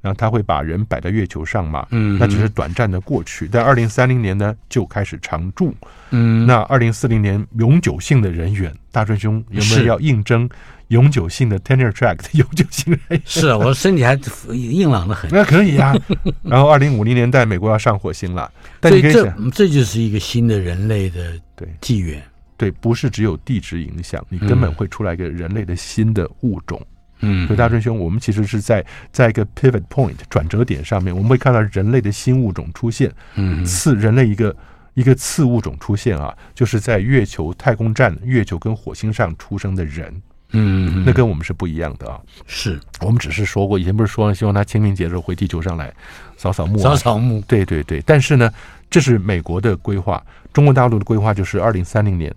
然后他会把人摆到月球上嘛。
嗯哼
那只是短暂的过去，但二零三零年呢就开始常驻。
嗯
那二零四零年永久性的人员，大春兄有没有
是
要应征永久性的 tenure track 的永久性人员？
是啊我身体还硬朗的很。
那可以啊。 然后二零五零年代美国要上火星了，但
所
你
以
可以
这
想，
这就是一个新的人类的
对
纪元。
对，不是只有地质影响，你根本会出来一个人类的新的物种。
嗯
所以大春兄，我们其实是在在一个 pivot point 转折点上面，我们会看到人类的新物种出现，
嗯
次人类一个。一个次物种出现啊，就是在月球太空站、月球跟火星上出生的人，
嗯，
那跟我们是不一样的啊。
是
我们只是说过，以前不是说希望他清明节的时候回地球上来扫扫墓、啊，
扫扫墓。
对对对，但是呢，这是美国的规划，中国大陆的规划就是二零三零年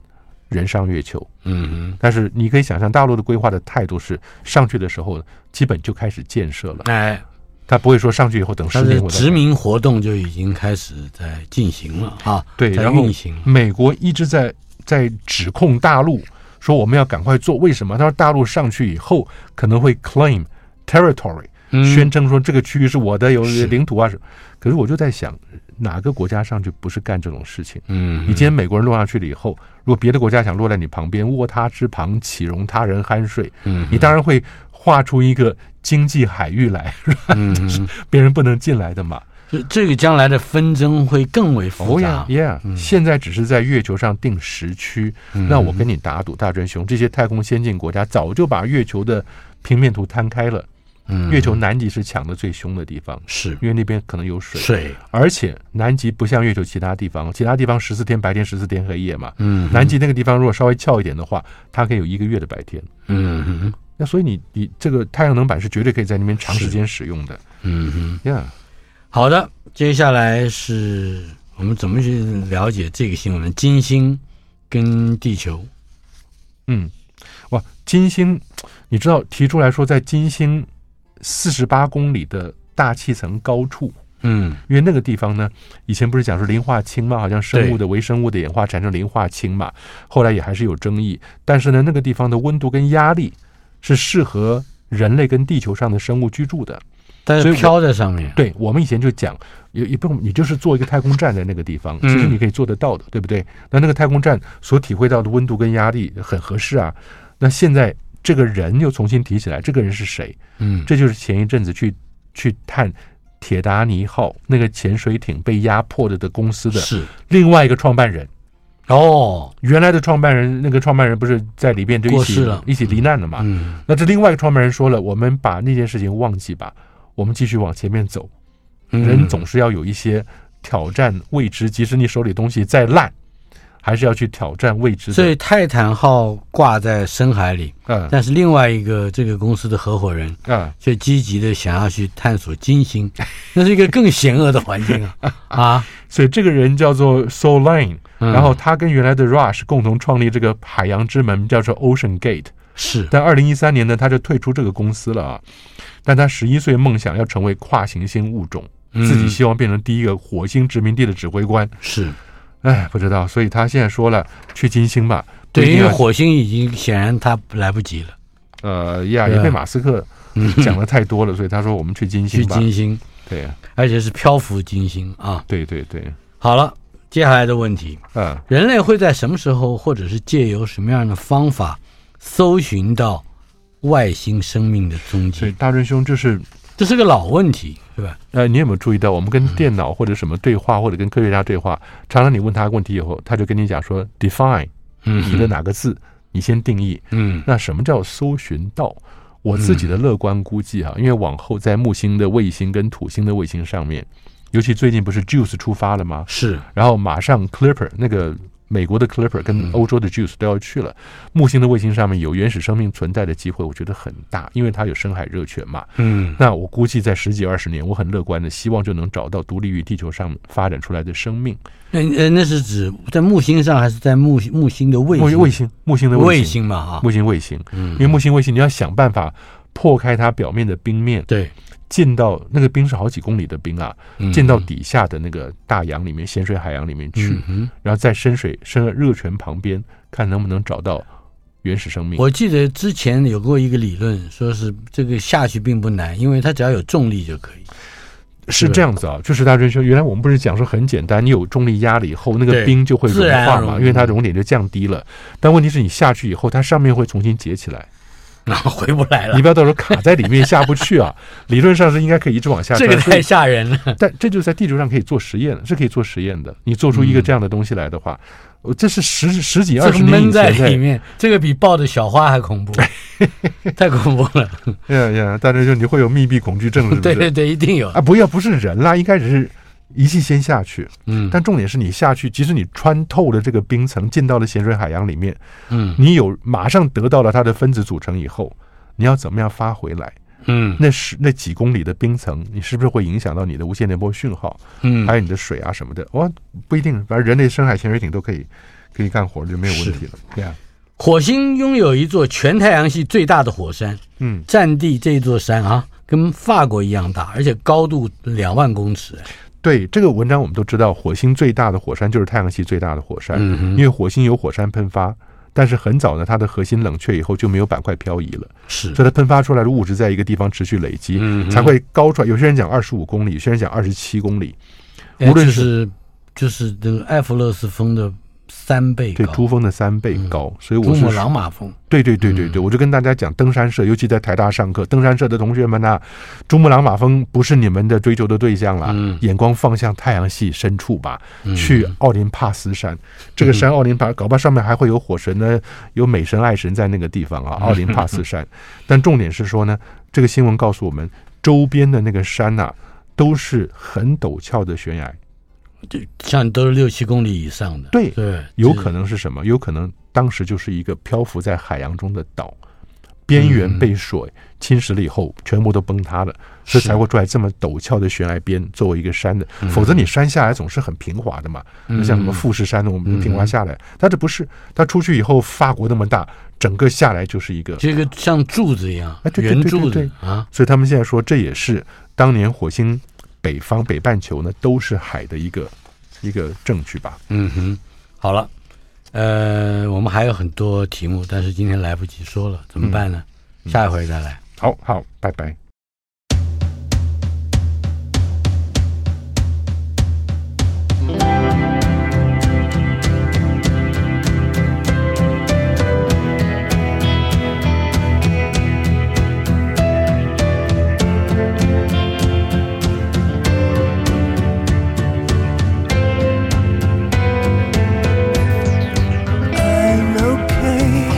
人上月球。
嗯
但是你可以想象，大陆的规划的态度是上去的时候基本就开始建设了
哼，，哎，
他不会说上去以后等十
它的
年我再
殖民活动就已经开始在进行了啊，
对，
在
然后
运行了。
美国一直在在指控大陆说我们要赶快做，为什么？他说大陆上去以后可能会 claim territory，宣
嗯
称说这个区域是我的，有
是
领土啊什么。可是我就在想，哪个国家上去不是干这种事情？
嗯，
你今天美国人落下去了以后，如果别的国家想落在你旁边，卧榻之旁岂容他人酣睡？
嗯
你当然会画出一个经济海域来，
嗯嗯
别人不能进来的嘛。
这这个将来的纷争会更为复
哦
杂嗯
呀。呀！现在只是在月球上定时区，那我跟你打赌，大真熊，这些太空先进国家早就把月球的平面图摊开了。
嗯
月球南极是抢的最凶的地方，
是
因为那边可能有水，
水，
而且南极不像月球其他地方，其他地方十四天白天，十四天黑夜嘛。
嗯
南极那个地方如果稍微翘一点的话，它可以有一个月的白天。
嗯哼
那所以你你这个太阳能板是绝对可以在那边长时间使用的
嗯哼。
呀。
好的，接下来是我们怎么去了解这个新闻？金星跟地球，
嗯，哇，金星，你知道提出来说，在金星四十八公里的大气层高处，
嗯
因为那个地方呢，以前不是讲说磷化氢嘛，好像生物的微生物的演化产生磷化氢嘛，后来也还是有争议。但是呢，那个地方的温度跟压力是适合人类跟地球上的生物居住的。
但
所
是
以我
飘在上面，
对我们以前就讲，也也不用，你就是做一个太空站在那个地方，其
嗯
实你可以做得到的，对不对？那那个太空站所体会到的温度跟压力很合适啊。那现在这个人又重新提起来，这个人是谁？
嗯，
这就是前一阵子去去探铁达尼号那个潜水艇被压迫的的公司的
是
另外一个创办人。
哦，
原来的创办人，那个创办人不是在里边就一
过
起
世了
一起罹难了嘛？
嗯
那这另外一个创办人说了，我们把那件事情忘记吧，我们继续往前面走。
嗯
人总是要有一些挑战未知，即使你手里东西再烂，还是要去挑战未知
所
的。
以泰坦号挂在深海里，
啊
但是另外一个这个公司的合伙人
啊，
却积极的想要去探索金 星，那是一个更险恶的环境啊啊！
所以这个人叫做 Soul Line，
嗯
然后他跟原来的 Rush 共同创立这个海洋之门，叫做 Ocean Gate。
是
但二零一三年呢，他就退出这个公司了啊。但他十一岁梦想要成为跨行星物种，自己
嗯
希望变成第一个火星殖民地的指挥官。
是
哎，不知道，所以他现在说了，去金星吧。不一
对，
定
因为
要
火星已经显然他来不及了，
呃呀，
对啊
也被马 斯克讲的太多了，所以他说我们去金
去
星吧。
金星，
对呀
而且是漂浮金星啊。
对对对，
好了，接下来的问题：
啊，
人类会在什么时候，或者是借由什么样的方法，搜寻到外星生命的踪
所以
迹？
大润兄就是。
这是个老问题，是吧？
呃，你有没有注意到，我们跟电脑或者什么对话，或者跟科学家对话，常常你问他问题以后，他就跟你讲说 define 你的
嗯
哪个字，你先定义。
嗯
那什么叫搜寻到？我自己的乐观估计
嗯
啊，因为往后在木星的卫星跟土星的卫星上面，尤其最近不是 Juice 出发了吗？
是
然后马上 Clipper 那个美国的 Clipper
嗯
跟欧洲的 Juice 都要去了。木星的卫星上面有原始生命存在的机会，我觉得很大，因为它有深海热泉嘛。
嗯
那我估计在十几二十年，我很乐观的希望就能找到独立于地球上发展出来的生命。
那呃那是指在木星上，还是在木木星的卫
木
星
卫星，木星的
卫
卫星，
星嘛？哈，
木星卫星，因为
嗯，
木星卫星你要想办法破开它表面的冰面，
对，
进到那个冰是好几公里的冰啊，
嗯
进到底下的那个大洋里面、咸水海洋里面去。
嗯哼
然后在深水深热泉旁边看能不能找到原始生命。
我记得之前有过一个理论，说是这个下去并不难，因为它只要有重力就可以。
是这样子啊，就是大真兄，原来我们不是讲说很简单，你有重力压了以后，那个
对
冰就会融
自然
化
融
嘛，因为它熔点就降低了。但问题是你下去以后，它上面会重新结 起来，
然后回不来了
你，不要到时候卡在里面下不去啊。理论上是应该可以一直往下
这
钻，
个
所以
太吓人了。
但这就是在地球上可以做实验的，是可以做实验的。你做出一个这样的东西来的话，呃这是十十几
这
二
个
十年以
闷
前在
里面，这个比抱着小花还恐怖，太恐怖了。
呀呀，大真兄，你会有密闭恐惧症是不 是？
对对对，一定有。
啊，不要不是人啦，应该只是仪器先下去。
嗯
但重点是你下去，即使你穿透了这个冰层，进到了咸水海洋里面，
嗯
你有马上得到了它的分子组成以后，你要怎么样发回来？
嗯
那是那几公里的冰层，你是不是会影响到你的无线电波讯号，
嗯
还，有你的水啊什么的？哇，不一定，反正人类深海潜水艇都可以可以干活了，就没有问题了。对啊，
火星拥有一座全太阳系最大的火山，
嗯，
占地这座山啊，跟法国一样大，而且高度两万公尺。
对，这个文章我们都知道，火星最大的火山就是太阳系最大的火山，
嗯哼
因为火星有火山喷发，但是很早呢，它的核心冷却以后就没有板块漂移了，
是
所以它喷发出来的物质在一个地方持续累积，
嗯
才会高出来。有些人讲二十五公里，有些人讲二十七公里，
哎
无论
就是就是这个艾弗勒斯峰的三倍
对
高，嗯
珠峰的三倍高，所以
珠
我
穆
是
朗玛峰，
对对对
嗯
对对，我就跟大家讲，登山社，尤其在台大上课，登山社的同学们呐、珠穆朗玛峰不是你们的追求的对象了，
嗯
眼光放向太阳系深处吧，
嗯
去奥林帕斯山，这个山奥林帕，搞不好上面还会有火神呢，有美神爱神在那个地方 啊，奥林帕斯山。但重点是说呢，这个新闻告诉我们，周边的那个山呐、都是很陡峭的悬崖，
像都是六七公里以上的，
对
对，
有可能是什么？有可能当时就是一个漂浮在海洋中的岛，边缘被水侵蚀了以后，全部都崩塌了，这才会出来这么陡峭的悬崖边作为一个山的。否则你山下来总是很平滑的嘛，
嗯
那像什么富士山呢，我们平滑下来，但这不是，它出去以后法国那么大，整个下来就是一个。
这个像柱子一样
哎，对对
圆
对对
柱子
对
啊，
所以他们现在说，这也是当年火星北方北半球呢都是海的一个一个证据吧。
嗯哼，好了，呃，我们还有很多题目，但是今天来不及说了，怎么办
嗯
呢？下一回再来。
好好，拜拜。
I'm okay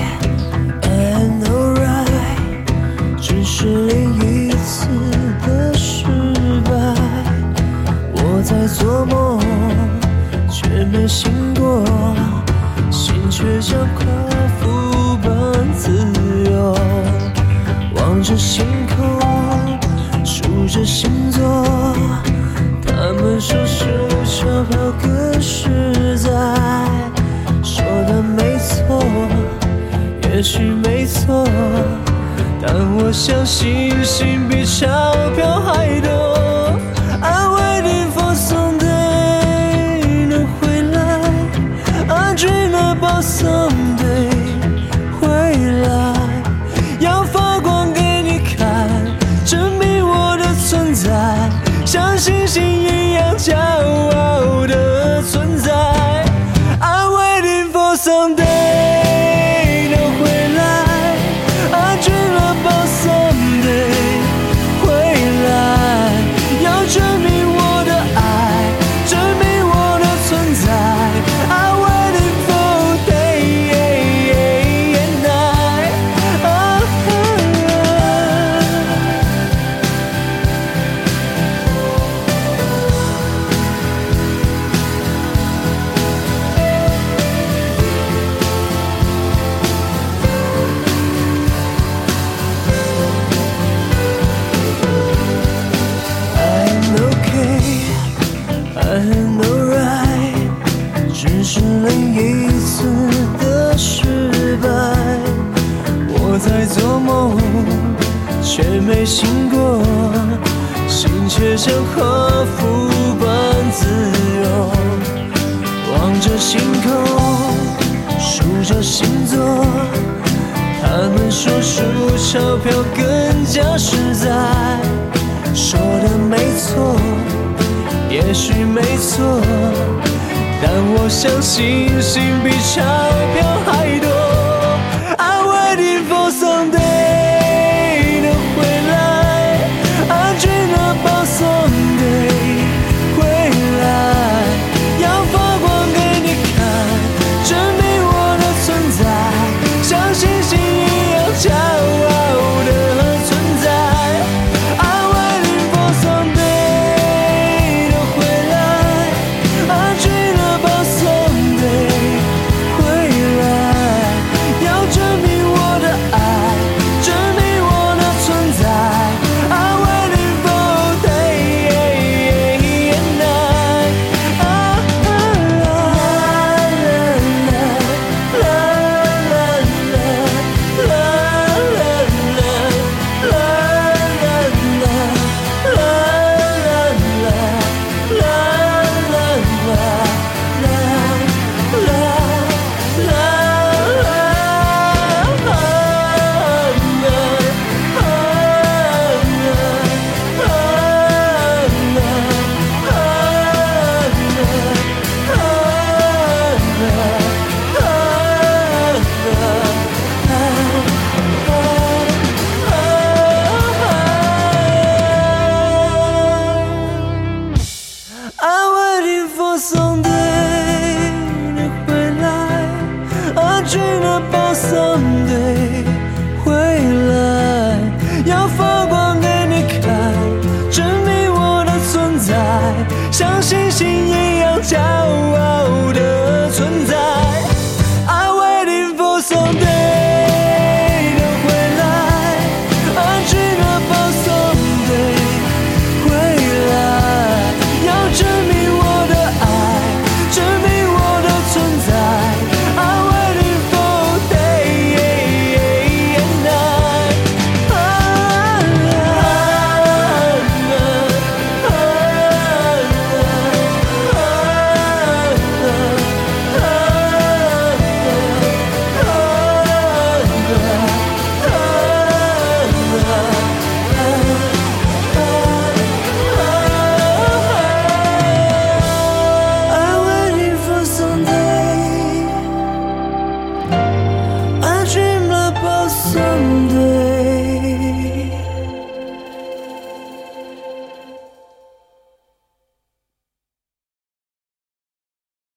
and alright，只是另一次的失败。我在做梦，却没醒过，心却像夸父般自由。望着星空，数着星座，他们说数钞票更实在。说的没错，也许没错，但我相信星比钞票还多。I'm waiting for someday 能回来，I dream about someday 回来，要发光给你看，证明我的存在，像星星一样骄傲的存在。I'm waiting for someday 能回来，I dream about someday 回来，要证明我的爱，证明我的存在。I'm waiting for day and night。啊，I'm okay, I'm alright，只是另一次的失败。我在做梦，却没醒过，心却像夸父般自由。望着星空，数着星座，他们说数钞票更加实在。说的没错，也许没错，但我相信心比钞票还多。I'm waiting for someday 能回来，I dream about someday 回来，要发光给你看，证明我的存在，像星星一样骄傲的存在。I'm waiting for someday 能回来，I dream about someday 回来，像星星一样骄傲。